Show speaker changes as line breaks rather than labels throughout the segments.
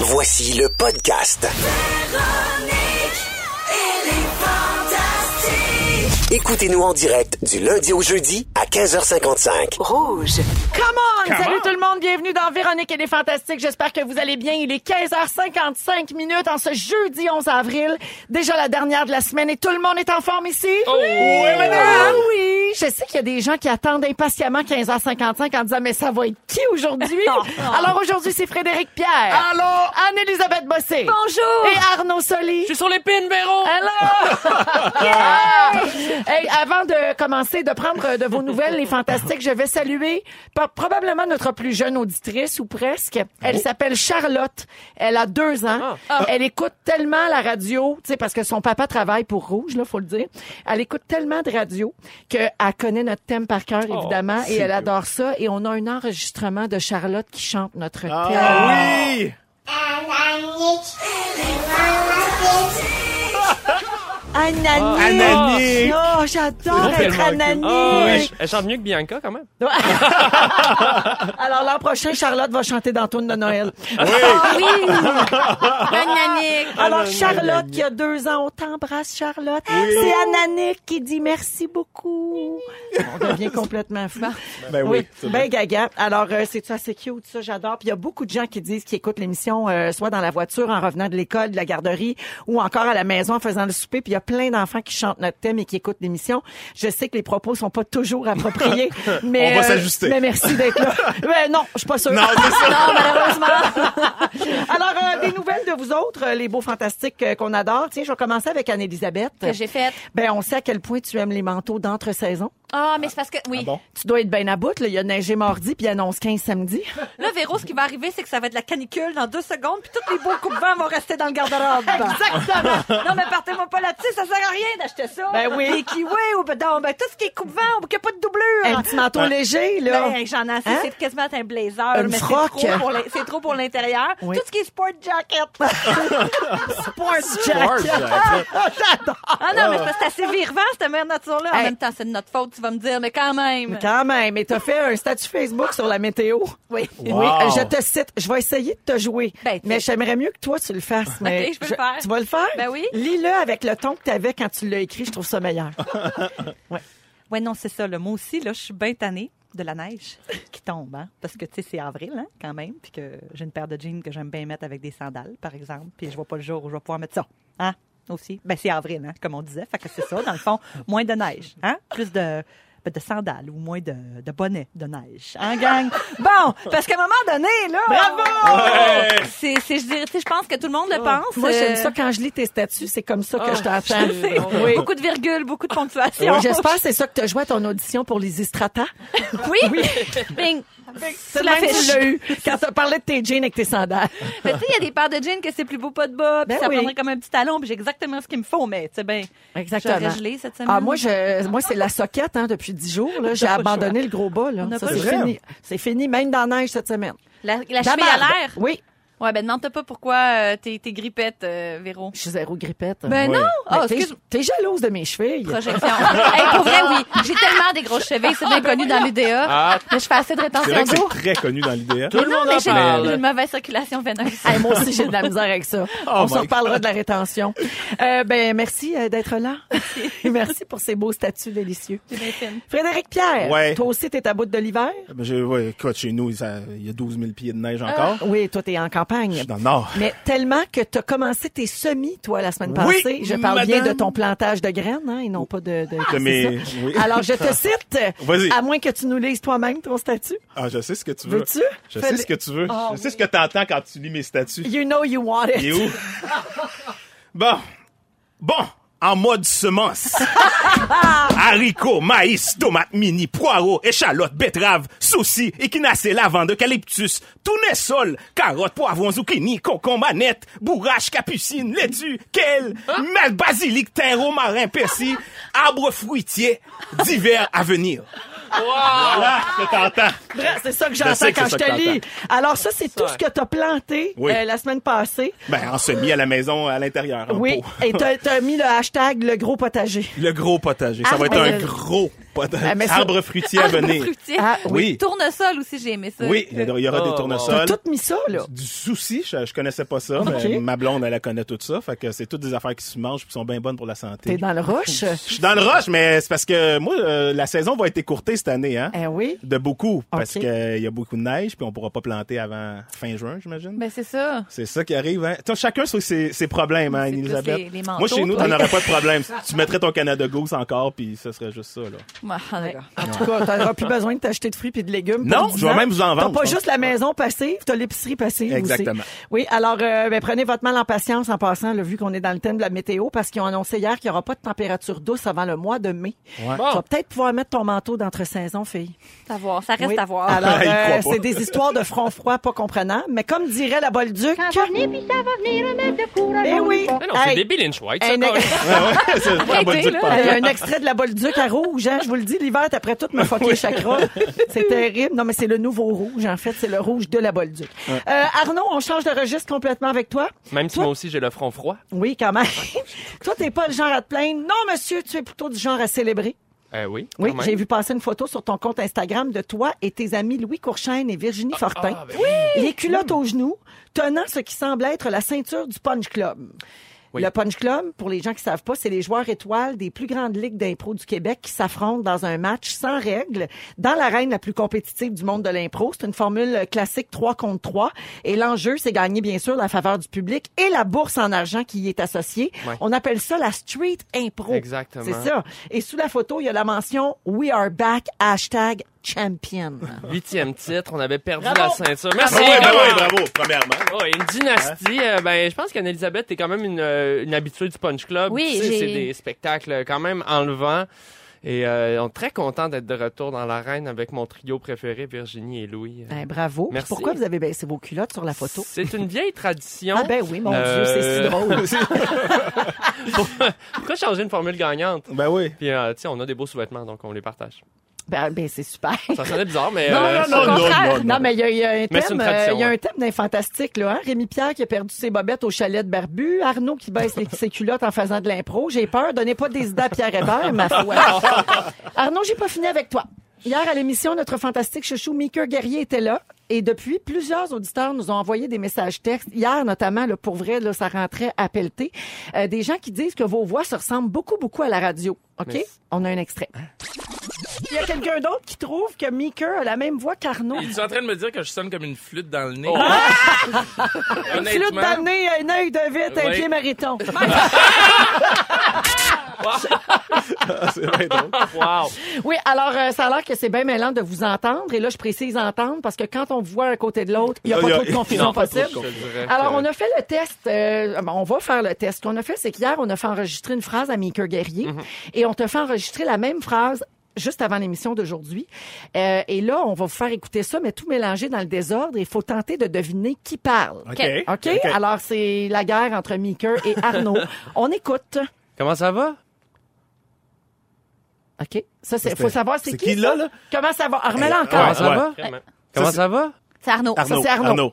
Voici le podcast. Écoutez-nous en direct du lundi au jeudi à 15h55.
Rouge.
Come on!
Come
Salut
on!
tout le monde, bienvenue dans Véronique et les Fantastiques. J'espère que vous allez bien. Il est 15h55 minutes en ce jeudi 11 avril. Déjà la dernière de la semaine et tout le monde est en forme ici.
Oh, Oui,
Ah
madame!
oui! Je sais qu'il y a des gens qui attendent impatiemment 15h55 en disant mais ça va être qui aujourd'hui? Alors aujourd'hui c'est Frédéric Pierre.
Allô?
Anne-Elisabeth Bossé.
Bonjour.
Et Arnaud Soli.
Je suis sur l'épine, Véro!
Alors, avant de commencer, de prendre euh, de vos nouvelles, les fantastiques, je vais saluer par- probablement notre plus jeune auditrice, ou presque. Elle
Oh.
s'appelle Charlotte. Elle a deux
Ah.
ans. Elle écoute tellement la radio, tu sais, parce que son papa travaille pour Rouge, là, faut le dire. Elle écoute tellement de radio qu'elle connaît notre thème par cœur,
Oh,
évidemment, et elle adore ça. Et on a un enregistrement de Charlotte qui chante notre
Ah.
thème.
oui!
Anani.
Ananique!
Oh, j'adore
Tellement
être
cool. Ah, elle,
Anani.
ch- elle chante mieux que Bianca quand même.
Alors l'an prochain, Charlotte va chanter dans Tourne de Noël.
Ah oui.
Ah.
Ananique.
Ah
Alors, Charlotte, qui a deux ans, on t'embrasse, Charlotte. C'est Ananique qui dit merci beaucoup. On devient complètement fou.
Ben oui, c'est
Ben gaga. Alors, euh, c'est ça, c'est cute, ça, j'adore. Puis il y a beaucoup de gens qui disent, qui écoutent l'émission, euh, soit dans la voiture, en revenant de l'école, de la garderie, ou encore à la maison en faisant le souper. Puis il y a plein d'enfants qui chantent notre thème et qui écoutent l'émission. Je sais que les propos sont pas toujours appropriés, mais euh,
On va s'ajuster.
Mais merci d'être là. ben non, je suis pas sûre.
Non, c'est ça.
Non, malheureusement. Alors, euh, des nouvelles de vous autres, euh, les beaux fantastiques euh, qu'on adore. Tiens, je vais commencer avec Anne-Elisabeth.
Que j'ai fait.
Ben, on sait à quel point tu aimes les manteaux d'entre-saison.
Ah, mais c'est parce que, oui.
bon?
Tu dois être bien à bout, là. Il y a neigé mardi, puis il annonce 15 samedi.
Là, Véro, ce qui va arriver, c'est que ça va être la canicule dans deux secondes, puis tous les beaux coupe-vents vont rester dans le garde-robe. Exactement. Non, mais partez-moi pas là-dessus, ça sert à rien d'acheter ça.
Ben oui.
Les kiwis, ou ben, non, ben, tout ce qui est coupe-vent, ou qu'il n'y a pas de doublure.
Un petit manteau léger, là.
Ben, j'en ai assez,
Hein?
c'est quasiment un blazer,
Une
mais c'est
froc.
trop pour l'in- c'est trop pour l'intérieur.
Oui.
Tout ce qui est sport jacket.
Sport jacket.
Ah non, mais c'est parce que c'est assez virvant, cette merde nature-là. En
Oh. Hey.
même temps, c'est de notre faute, tu vas me dire, mais quand même.
Quand même, mais t'as fait un statut Facebook sur la météo.
Oui.
Oui, euh, je te cite. Je vais essayer de te jouer.
Ben, tu-
mais j'aimerais mieux que toi, tu le fasses. Mais
je peux le faire.
Tu vas le faire?
Ben oui.
Lis-le avec le ton que t'avais quand tu l'as écrit. Je trouve ça meilleur.
Ouais, non, c'est ça. Le mot aussi, là, je suis bien tannée de la neige qui tombe, hein? Parce que, tu sais, c'est avril, hein, quand même, puis que j'ai une paire de jeans que j'aime bien mettre avec des sandales, par exemple, puis je vois pas le jour où je vais pouvoir mettre ça, hein, aussi. Ben, c'est avril, hein, comme on disait, fait que c'est ça, dans le fond, moins de neige, hein, plus de ben, de sandales ou moins de, de bonnets de neige, hein, gang? Bon, parce qu'à un moment donné, là... Bravo! C'est, c'est- je dirais, tu sais, je pense que tout le monde le pense.
Moi, j'aime
euh,
ça quand je lis tes statuts. C'est comme ça
Ah,
que je t'entends.
je sais.
Oui.
Beaucoup de virgules, beaucoup de
Oui,
ponctuation.
J'espère que c'est ça que tu as joué à ton audition pour les Istrata.
Oui. Bing.
C'est
Tu l'as
même
fait.
tu l'as eu quand tu parlais de tes jeans avec tes sandales.
Mais tu sais, il y a des paires de jeans que c'est plus beau pas de bas, puis
Ben
ça
oui.
prendrait comme un petit talon, puis j'ai exactement ce qu'il me faut, mais tu sais, ben, j'aurais gelé cette semaine.
Ah, moi, je, moi, c'est la soquette, hein, depuis dix jours, là. J'ai
pas le
abandonné le gros bas, là.
On n'a
Ça,
pas
c'est
le
choix.
fini. C'est fini, même dans la neige cette semaine.
La, la
Dans
cheville
ma-
à l'air?
Oui.
Ouais, ben, demande pas pourquoi euh, t'es t'es grippette, euh, Véro.
Je suis zéro grippette.
Ben
Oui.
non!
Mais
Oh,
t'es-
excuse
T'es jalouse de mes chevilles.
Projection. hey, pour vrai, oui. J'ai tellement des grosses chevilles, c'est bien connu dans l'UDA.
Ah.
Mais je fais assez de
C'est
rétention
vrai que
d'eau.
c'est très connu dans l'idée.
Tout le monde
Mais
en
j'ai
parle.
une mauvaise circulation veineuse.
Hey, moi aussi, j'ai de la misère avec ça. On
Oh my
se reparlera de la rétention. Euh, ben, merci euh, d'être là. merci pour ces beaux statuts délicieux.
C'est bien fine.
Frédéric Pierre,
Ouais.
toi aussi, t'es à bout de l'hiver?
Ben, je, ouais, écoute, chez nous, ça- il y a 12 000 pieds de neige encore.
Oui, toi, t'es en campagne.
Je suis dans le nord.
Ah. Mais tellement que tu as commencé tes semis, toi, la semaine
Oui,
passée. je parle bien de
madame.
ton plantage de graines, hein, et non pas de... de, c'est
mes-
ça.
oui.
Alors, je te cite,
Vas-y.
à moins que tu nous lises toi-même ton statut.
Ah, je sais ce que tu veux.
Veux-tu?
Je
Fais
sais
le-
ce que tu veux.
Ah,
je sais ce que t'entends quand tu lis mes statuts.
You know you want it.
Il est où? bon. Bon. En mode semence. Haricots, maïs, tomates mini, poireaux, échalotes, betteraves, soucis, équinacées, lavande, eucalyptus, tournesol, carottes, poivrons, zucchini, concombres, manettes, bourrache, capucine, laitue, kale, mal basilic, terreau marin, persil, arbres fruitiers, divers à venir. Voilà ce que t'entends.
Vrai, C'est ça que
Je sais
j'entends
que
quand
c'est
je te
ça que
lis. Alors, ça, c'est tout
Ouais.
ce que tu as planté
Oui.
euh, la semaine passée.
Ben, en semi à la maison, à l'intérieur, en
Oui,
pot.
et tu as, mis le hashtag le gros potager.
Le gros potager. Ça
Ah,
va être
ben,
un
le-
gros capote.
Ah, mais ça-
Arbre fruitier à
Arbre
venir.
fruitier.
Ah,
oui.
Tournesol aussi, j'ai aimé ça.
Oui, il y a- il y aura
Oh,
des
wow.
T'as
tournesols.
tout mis ça, là.
Euh, Du souci, je, je connaissais pas ça, mais ma blonde, elle, elle connaît tout ça. Fait que c'est toutes des affaires qui se mangent qui sont bien bonnes pour la
T'es
santé.
dans le rush.
Je suis dans le rush, mais c'est parce que moi, euh, la saison va être écourtée cette année, hein?
Eh oui.
De beaucoup, parce
Ok.
qu'il y a beaucoup de neige, puis on pourra pas planter avant fin juin, j'imagine.
Ben, c'est ça.
C'est ça qui arrive. Hein? T'as chacun sur ses, ses problèmes, hein,
C'est tous
Elisabeth.
les- les manteaux,
Moi, chez nous,
toi.
t'en aurais pas de problème. tu mettrais ton Canada Goose encore, puis ce serait juste ça. Là.
Ouais, en tout cas.
En tout cas, t'auras plus besoin de t'acheter de fruits et de légumes. pour
Non,
10
je vais
ans.
même vous en vendre,
T'as pas
je
juste la maison passive, t'as l'épicerie passive
Exactement.
aussi. Oui, alors euh, ben, prenez votre mal en patience en passant, là, vu qu'on est dans le thème de la météo, parce qu'ils ont annoncé hier qu'il n'y aura pas de température douce avant le mois de mai. Tu vas peut-être pouvoir mettre ton manteau d'entre-saison, fille.
À voir. Ça reste
Oui.
à voir.
Alors,
Il
euh,
croit pas.
c'est des histoires de front froid pas comprenant, mais comme dirait la Bolduc...
Ça va venir, puis ça va venir mettre de courage.
Eh oui!
Mais non, c'est
Hey,
débile, Lynch White. ça,
un-
quand même.
Ouais, ouais, c'est pas la bonne
Arrêtez,
idée de
là.
parler.
Euh, un extrait de la Bolduc à rouge, hein. Je vous le dis, l'hiver, après tout, me fucké chakra. C'est terrible. Non, mais c'est le nouveau rouge, en fait. C'est le rouge de la Bolduc. Euh, Arnaud, on change de registre complètement avec toi.
Même si moi aussi j'ai le front froid.
Oui, quand même. toi, t'es pas le genre à te plaindre. Non, monsieur, tu es plutôt du genre à célébrer.
Euh, oui. quand
Oui,
même.
j'ai vu passer une photo sur ton compte Instagram de toi et tes amis Louis Courchaine et Virginie Fortin.
ben
oui! Les culottes aux genoux, tenant ce qui semble être la ceinture du Punch Club.
Oui.
Le Punch Club, pour les gens qui savent pas, c'est les joueurs étoiles des plus grandes ligues d'impro du Québec qui s'affrontent dans un match sans règles dans l'arène la plus compétitive du monde de l'impro. C'est une formule classique 3 contre 3 et l'enjeu, c'est gagner bien sûr la faveur du public et la bourse en argent qui y est associée.
Ouais.
On appelle ça la street impro.
Exactement.
C'est ça. Et sous la photo, il y a la mention We are back, hashtag champion.
Huitième titre, on avait perdu
Bravo.
la ceinture. Merci.
Ah ouais,
Gab.
bravo, bravo, premièrement.
Oh, une dynastie. euh, ben, je pense qu'Anne-Elisabeth, t'es quand même une, euh, une habituée du Punch Club.
Oui,
Tu sais,
j'ai-
c'est des spectacles euh, quand même enlevants. Et euh, on est très content d'être de retour dans l'arène avec mon trio préféré, Virginie et Louis.
Ben, bravo. Puis
Merci.
Pourquoi vous avez baissé vos culottes sur la photo?
C'est une vieille tradition.
Ah ben oui, mon Dieu,
Euh,
c'est si drôle. ben.
Pourquoi changer une formule gagnante?
Ben oui.
Puis, euh, tu sais, on a des beaux sous-vêtements, donc on les partage.
Ben, ben, c'est super.
Ça sonnait bizarre, mais...
Non,
euh,
non,
ça-
non,
au contraire.
Non, Ah, mais il y, a- il y a un
Mais c'est
thème,
une
euh,
tradition,
il y a
ouais.
un thème d'un fantastique, là. Hein? Rémi Pierre qui a perdu ses bobettes au chalet de Barbu, Arnaud qui baisse les- ses culottes en faisant de l'impro. J'ai peur, donnez pas des idées à Pierre Hébert, ma foi. Arnaud, j'ai pas fini avec toi. Hier, à l'émission, notre fantastique chouchou Mika Guerrier était là. Et depuis, plusieurs auditeurs nous ont envoyé des messages textes. Hier, notamment, là, pour vrai, là, ça rentrait à pelleter. Euh, des gens qui disent que vos voix se ressemblent beaucoup, beaucoup à la radio. OK?
Mais-
On a un extrait. Il y a quelqu'un d'autre qui trouve que Mika a la même voix qu'Arnaud.
Tu es en train de me dire que je sonne comme une flûte dans le nez.
Ah!
Une flûte
Honnêtement,
d'année, un œil de vite, un
Oui.
pied mariton.
Ah, c'est bien drôle.
Wow!
Oui, alors euh, ça a l'air que c'est bien mêlant de vous entendre. Et là, je précise entendre parce que quand on vous voit un côté de l'autre, il n'y a
Là,
pas
il y a-
trop de confusion
Non, pas trop de
possible.
Je te dirais
Alors,
que-
on a fait le test. euh, ben, on va faire le test. Ce qu'on a fait, c'est qu'hier, on a fait enregistrer une phrase à Mika Guerrier
Mhm.
et on te fait enregistrer la même phrase juste avant l'émission d'aujourd'hui. Euh, et là, on va vous faire écouter ça, mais tout mélangé dans le désordre. Il faut tenter de deviner qui parle.
OK.
OK? Alors, c'est la guerre entre Mika et Arnaud. on écoute.
Comment ça va?
OK? Ça, c'est,
C'était-
faut savoir c'est,
c'est
qui,
qui,
ça?
là, là?
Comment ça va? Remets-la encore.
Comment ça
ouais.
va?
Vraiment.
Comment
c'est-
ça va?
C'est Arnaud.
Arnaud.
c'est Arnaud.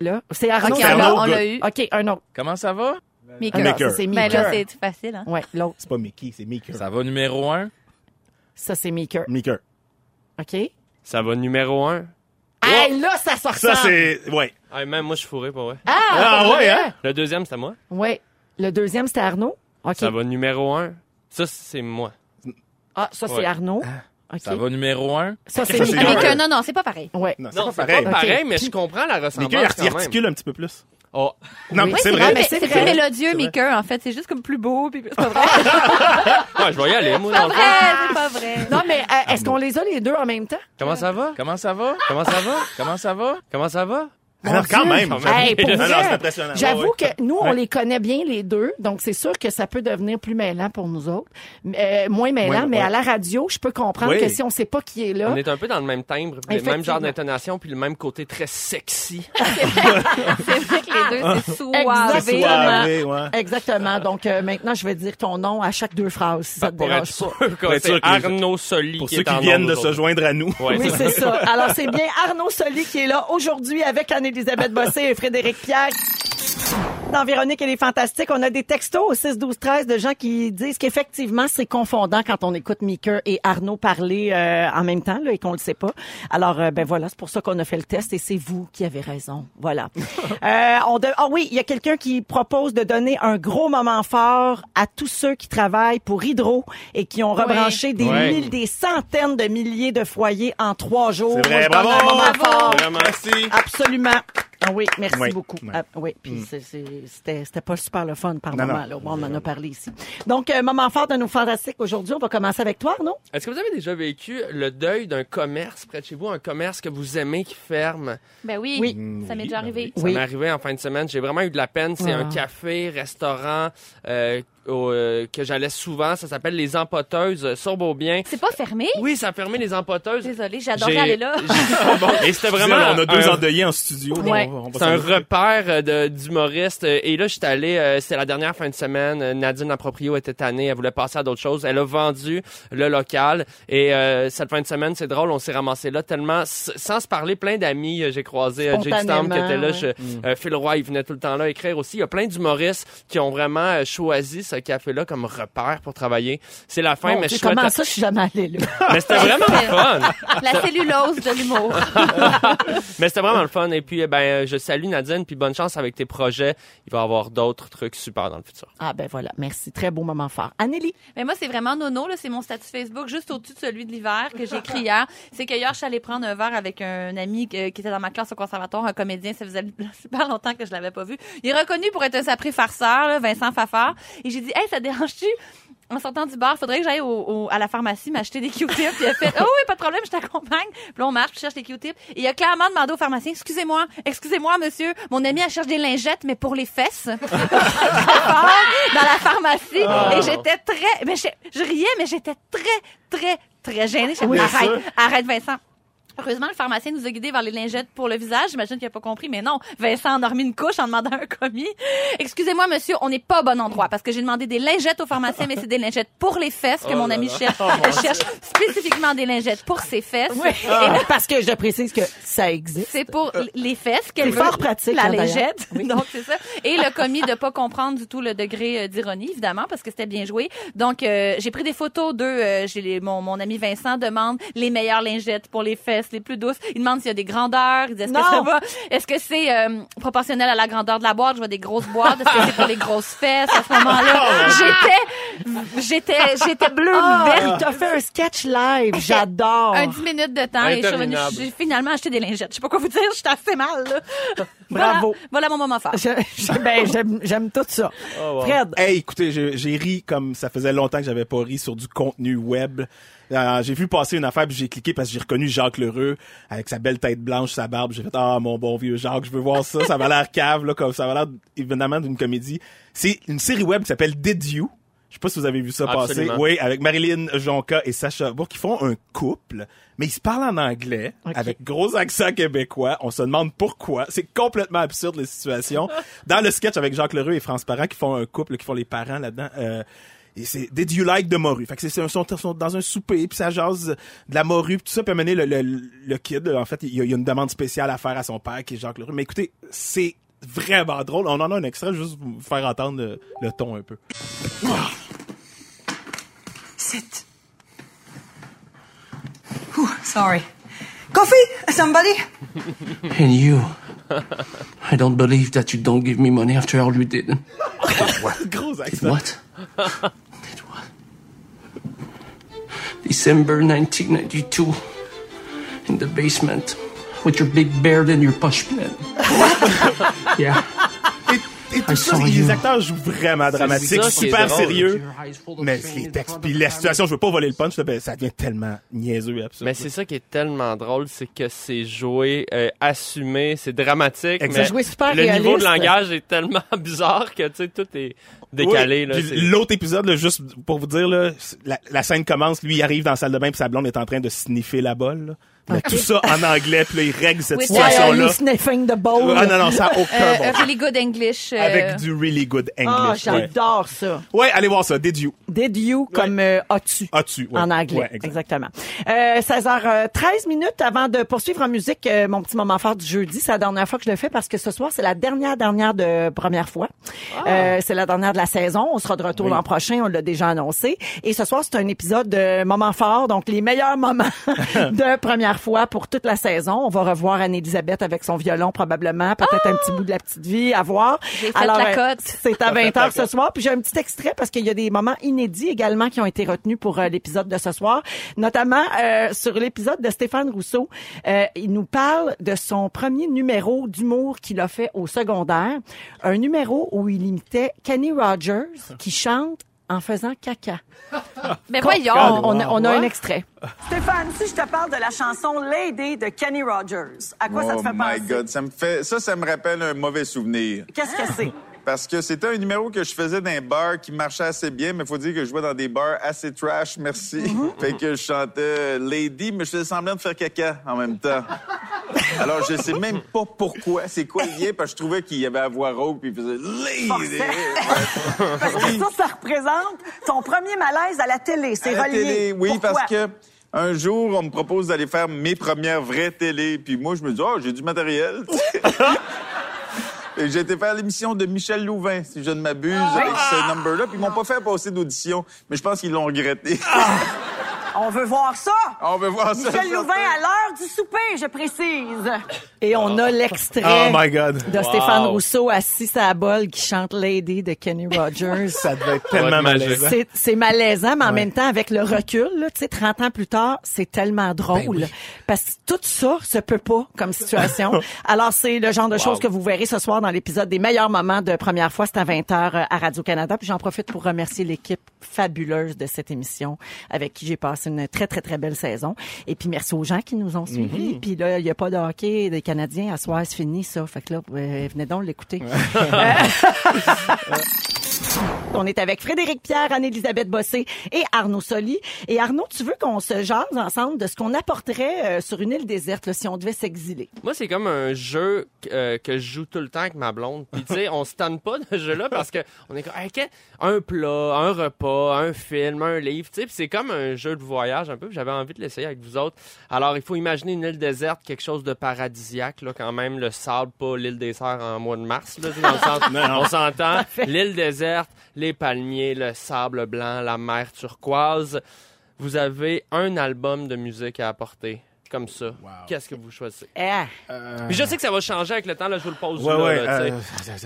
Là, c'est Arnaud.
OK,
c'est
alors,
Arnaud,
on
good.
l'a eu.
OK, un autre.
Comment ça va?
Mais
Un
que-
Maker.
autre. Ça, c'est Mika.
Ben là, c'est tout facile, hein?
Ouais, l'autre.
C'est pas Mickey, c'est Mickey.
Ça va numéro un.
Ça, c'est Mika.
Mickey. Oh!
OK?
Ça va numéro un.
Hey, là, ça sort
Ça, c'est. Ouais.
Ah, même moi, je suis fourré, pas vrai.
Ah,
Ah, ouais, hein?
Le deuxième, c'est moi.
Ouais. Le deuxième, c'était Arnaud. OK.
Ça va numéro un. Ça, c'est moi.
Ah, ça, c'est
Ouais.
Arnaud. OK.
Ça va numéro un.
Ça, c'est
Ah, Ça, c'est
Mika.
Mais
Mika.
que non, non, c'est pas pareil.
Ouais.
Non, c'est
Non,
pas pareil.
Pas pareil,
Ok.
mais je comprends la ressemblance.
Mickey, il
quand même.
articule un petit peu plus.
Oh,
Non,
Oui.
mais c'est
Oui,
vrai.
mais
mais
c'est
c'est
vrai.
plus mélodieux,
vrai.
Maker, en fait. C'est juste comme plus beau, puis c'est pas vrai.
ouais, je vais y aller, moi. dans
pas
le
vrai,
fond.
c'est pas vrai.
Non, mais euh, est-ce qu'on les a les deux en même temps?
Comment ça va?
Comment ça va?
Comment ça va?
Comment ça va?
Comment ça va?
Alors, quand même.
Hey, pour
Non, non,
vrai,
c'est impressionnant.
J'avoue
Ouais, ouais.
que nous, on
Ouais.
les connaît bien les deux, donc c'est sûr que ça peut devenir plus mêlant pour nous autres. Euh, moins mêlant,
Ouais,
mais
ouais.
à la radio, je peux comprendre
Oui.
que si on sait pas qui est là,
On est un peu dans le même timbre, le
Effectivement.
même genre d'intonation, puis le même côté très sexy.
C'est vrai que les deux, Ah. c'est
Exactement.
soivé.
Vraiment.
Soirée, ouais.
Exactement. Donc euh, maintenant, je vais dire ton nom à chaque deux phrases, si ça te
Bah, Pour être
dérange pas.
sûr que
être sûr
c'est
que les-
Arnaud Soli
Pour
qui
ceux
est en
qui viennent
onde
de se
aujourd'hui.
joindre à nous.
Ouais,
Oui,
c'est
c'est ça. Alors c'est bien Arnaud Soli qui est là aujourd'hui avec Anne-Elisabeth Bossé et Frédéric Pierre. dans Véronique et les Fantastiques, on a des textos au 6 12 13 de gens qui disent qu'effectivement c'est confondant quand on écoute Mika et Arnaud parler euh, en même temps là, et qu'on le sait pas. Alors euh, ben voilà, c'est pour ça qu'on a fait le test et c'est vous qui avez raison. Voilà. Euh, on de- Ah oui, il y a quelqu'un qui propose de donner un gros moment fort à tous ceux qui travaillent pour Hydro et qui ont rebranché des
Ouais.
mille- des centaines de milliers de foyers en trois jours.
C'est
Moi,
vrai,
je donne
bravo!
un moment
Bravo!
fort.
Vraiment.
Merci.
Absolument. Ah oui, merci
Oui,
beaucoup.
oui.
Ah, oui, puis c'est- c'est- c'était c'était pas super le fun par
Mm. Non,
moment.
non.
Là, au moins, on en a parlé ici. Donc, euh, moment fort de nos fantastiques aujourd'hui. On va commencer avec toi, non?
Est-ce que vous avez déjà vécu le deuil d'un commerce près de chez vous, un commerce que vous aimez qui ferme?
Ben oui,
Oui.
ça m'est déjà arrivé.
Ça m'est arrivé en fin de semaine. J'ai vraiment eu de la peine. C'est
Ah.
un café, restaurant euh, au- euh, que j'allais souvent. Ça s'appelle Les Empoteuses euh, sur Beaubien.
C'est pas fermé.
Oui, ça a fermé Les Empoteuses.
Désolée,
J'ai-
j'adorais aller là.
J'ai- bon, et c'était vraiment.
on a deux
un-
endeuillés en studio.
Ouais.
On va- on va
C'est un
s'en-
repère euh, de- d'humoristes. euh, Et là, j'étais allé, euh, c'était la dernière fin de semaine. euh, Nadine Aproprio était tannée, elle voulait passer à d'autres choses. Elle a vendu le local. Et euh, cette fin de semaine, c'est drôle, on s'est ramassé là tellement, s- sans se parler, plein d'amis. euh, J'ai croisé euh, Jay du Temple qui était là.
Spontanément, ouais.
Mm.
je- euh, Phil Roy, il venait tout le temps là écrire aussi. Il y a plein d'humoristes qui ont vraiment euh, choisi ce café-là comme repère pour travailler. C'est la fin,
Mon
mais je
Dieu,
trouvais
Oh, comment
ta-
ça, je suis jamais allée là?
mais c'était vraiment le fun.
La cellulose de l'humour.
Mais c'était vraiment le fun. Et puis, eh ben, je salue Nadine, puis bonne chance avec tes projets. Il va y avoir d'autres trucs super dans le futur.
Ah ben voilà, merci. Très beau moment fort. Anneli,
Mais moi, c'est vraiment nono. Là. C'est mon statut Facebook juste au-dessus de celui de l'hiver que j'ai écrit hier. C'est que hier, je suis allée prendre un verre avec un ami que- qui était dans ma classe au conservatoire, un comédien. Ça faisait super longtemps que je l'avais pas vu. Il est reconnu pour être un sapré farceur, là, Vincent Fafard. Et j'ai dit, « Hey, ça te dérange-tu? » En sortant du bar, faudrait que j'aille au- au- à la pharmacie m'acheter des Q-tips. Puis il a fait, oh oui, pas de problème, je t'accompagne. Puis là, on marche, puis je cherche des Q-tips. Et il a clairement demandé au pharmacien, excusez-moi, excusez-moi, monsieur, mon ami, elle cherche des lingettes, mais pour les fesses. fort dans la pharmacie et j'étais très mais je, je riais mais j'étais très très très gênée. J'ai dit, arrête, arrête Vincent. Heureusement, le pharmacien nous a guidés vers les lingettes pour le visage. J'imagine qu'il n'a pas compris, mais non. Vincent en a remis une couche en demandant un commis. Excusez-moi, monsieur, on n'est pas au bon endroit parce que j'ai demandé des lingettes au pharmacien, mais c'est des lingettes pour les fesses que mon ami cherche. Elle cherche spécifiquement des lingettes pour ses fesses. Et
Ah.
là,
parce que je précise que ça existe.
c'est pour les fesses qu'elle
Euh, C'est
veut.
fort pratique,
La
hein, d'ailleurs.
légette. Donc, c'est ça. Et le commis de pas comprendre du tout le degré euh, d'ironie, évidemment, parce que c'était bien joué. Donc, euh, j'ai pris des photos d'eux. Euh, j'ai les- mon, mon ami Vincent demande les meilleures lingettes pour les fesses, les plus douces. Il demande s'il y a des grandeurs. Il dit, est-ce que
Non.
ça va? Est-ce que c'est euh, proportionnel à la grandeur de la boîte? Je vois des grosses boîtes. Est-ce que c'est pour les grosses fesses? À ce moment-là,
Oh,
j'étais, j'étais, j'étais bleue,
Ah,
verte.
il t'a fait un sketch live. J'adore.
Un 10 minutes de temps et je suis revenue-
Interminable.
j'ai finalement acheté des lingettes. Je sais pas quoi vous dire, j'étais assez mal. Là.
Bravo.
Voilà, voilà mon moment fort.
Ah,
Je- je- ben, j'aime- J'aime tout ça.
Oh,
Fred,
Hey, écoutez, j'ai j'ai ri comme ça faisait longtemps que j'avais pas ri sur du contenu web. Euh, j'ai vu passer une affaire puis j'ai cliqué parce que j'ai reconnu Jacques Lheureux avec sa belle tête blanche, sa barbe. J'ai fait ah mon bon vieux Jacques, je veux voir ça. Ça va l'air cave là, comme ça va l'air évidemment d'une comédie. C'est une série web qui s'appelle Did You. Je sais pas si vous avez vu ça
Absolument.
passer. Oui, avec Marilyn Jonca et Sacha Bourque qui font un couple, mais ils se parlent en anglais avec gros accent québécois. On se demande pourquoi. C'est complètement absurde la situation. Dans le sketch avec Jacques Lheureux et France Parent qui font un couple, qui font les parents là-dedans. euh, et c'est Did You Like de Morue. Fait que c'est- c'est un son, son- dans un souper, puis ça jase de la morue, puis tout ça, puis amener le, le, le kid. En fait, il y, a, il y a une demande spéciale à faire à son père, qui est Jacques Leroux. Mais écoutez, c'est vraiment drôle. On en a un extrait, juste pour vous faire entendre le, le ton un peu.
Sit. Whew, sorry. Coffee? Somebody?
And you. I don't believe that you don't give me money after all you did.
Gros accent.
What? Did what? December 1992. In the basement. With your big beard and your push plant. yeah.
Et, et tout ça,
saw
c'est-
you.
les acteurs jouent vraiment dramatique,
ça qui est
super
drôle.
sérieux. Mais les textes, puis la situation, je veux pas voler le punch, là, ben, ça devient tellement niaiseux et absurde.
Mais c'est ça qui est tellement drôle, c'est que c'est joué, euh, assumé, c'est dramatique.
Exact.
mais
joué super
le niveau
réaliste.
de langage est tellement bizarre que tu sais tout est décalé.
Oui,
là,
puis
c'est-
L'autre épisode, là, juste pour vous dire, là, la, la scène commence, lui, il arrive dans la salle de bain, puis sa blonde est en train de sniffer la bolle. là. Mais tout ça en anglais, puis là, ils règlent cette
With-
Ouais,
situation-là.
you sniffing the bowl.
Ah non, non, ça n'a aucun
Euh,
bon
a
sens.
really good English. euh,
Avec du really good
Ah,
English. ouais.
j'adore ça.
Ouais, allez voir ça, Did You.
Did you comme euh, as-tu
As-tu, ouais.
en anglais.
Ouais, exact.
Exactement. Euh, 16h13 minutes avant de poursuivre en musique euh, mon petit moment fort du jeudi. C'est la dernière fois que je le fais parce que ce soir, c'est la dernière, dernière de première fois. Euh, c'est la dernière de la saison. On sera de retour l'an prochain. On l'a déjà annoncé. Et ce soir, c'est un épisode de moment fort. Donc, les meilleurs moments de première fois pour toute la saison. On va revoir Anne-Elisabeth avec son violon probablement. Peut-être un petit bout de la petite vie à voir.
J'ai fait la
euh,
cote.
c'est à 20h ce soir. Puis j'ai un petit extrait parce qu'il y a des moments inédits également qui ont été retenus pour euh, l'épisode de ce soir. Notamment euh, sur l'épisode de Stéphane Rousseau. Euh, il nous parle de son premier numéro d'humour qu'il a fait au secondaire. Un numéro où il imitait Kenny Rogers qui chante en faisant caca.
Mais
On,
voyons.
hein,
on a- on a un extrait.
Stéphane, si je te parle de la chanson Lady de Kenny Rogers, à quoi ça te fait penser?
Oh ça me fait ça ça me rappelle un mauvais souvenir
Qu'est-ce que c'est?
parce que c'était un numéro que je faisais dans un bar qui marchait assez bien mais faut dire que je jouais dans des bars assez trash merci
Mm-hmm.
fait que je chantais euh, lady mais je faisais semblant de faire caca en même temps alors je sais même pas pourquoi c'est quoi le lien parce que je trouvais qu'il y avait à voix haute puis il faisait lady
Parce que ça, ça représente ton premier malaise à la télé. C'est
À la
relié.
télé, oui,
Pourquoi?
parce que un jour, on me propose d'aller faire mes premières vraies télé. Puis moi, je me dis, oh, j'ai du matériel. Et j'ai été faire l'émission de Michel Louvain, si je ne m'abuse,
Ah!
avec ce number-là. Puis ils m'ont pas fait passer d'audition, mais je pense qu'ils l'ont regretté.
On veut voir ça!
on va voir ça.
Ah! Michel Louvain à l'heure du souper, je précise.
Et on a l'extrait.
Oh my God.
de Stéphane Rousseau assis à la bol qui chante Lady de Kenny Rogers.
Ça devait être tellement
magique.
malaisant.
C'est- C'est malaisant, mais en même temps, avec le recul, là, tu sais, 30 ans plus tard, c'est tellement drôle. Parce que tout ça se peut pas comme situation. Alors, c'est le genre de choses que vous verrez ce soir dans l'épisode des meilleurs moments de Première fois. C'est à 20h à Radio-Canada. Puis j'en profite pour remercier l'équipe fabuleuse de cette émission avec qui j'ai passé une très, très, très belle saison. Et puis, merci aux gens qui nous ont suivis. Puis là, il n'y a pas de hockey des Canadiens. À soir, c'est fini, ça. Fait que là, euh, venez donc l'écouter. On est avec Frédéric Pierre, Anne-Élisabeth Bossé et Arnaud Soli. Et Arnaud, tu veux qu'on se jase ensemble de ce qu'on apporterait euh, sur une île déserte là, si on devait s'exiler?
Moi, c'est comme un jeu euh, que je joue tout le temps avec ma blonde. Puis, tu sais, on se tanne pas de ce jeu-là parce que on est comme, Hey, que- un plat, un repas, un film, un livre. Tu sais, Puis c'est comme un jeu de voyage un peu. Puis J'avais envie de l'essayer avec vous autres. Alors, il faut imaginer une île déserte, quelque chose de paradisiaque, là, quand même. Le sable, pas l'île des serres en mois de mars, là, tu sais, dans le sens- on s'entend. L'île déserte, les palmiers, le sable blanc, la mer turquoise. Vous avez un album de musique à apporter. Comme ça. Qu'est-ce que vous choisissez?
Ah,
Puis je sais que ça va changer avec le temps, là, je vous le pose
Ouais,
là,
ouais.
là, tu sais.
euh,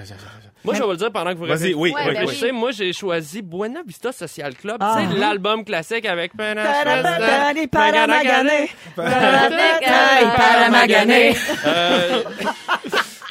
Moi, je vais vous le dire pendant que vous
Vas-y, oui,
Ouais,
oui,
ben
oui.
Je sais, moi, j'ai choisi Buena Vista Social Club,
Ah.
tu sais, l'album classique avec...
Taramagani, paramagani.
Taramagani,
paramagani.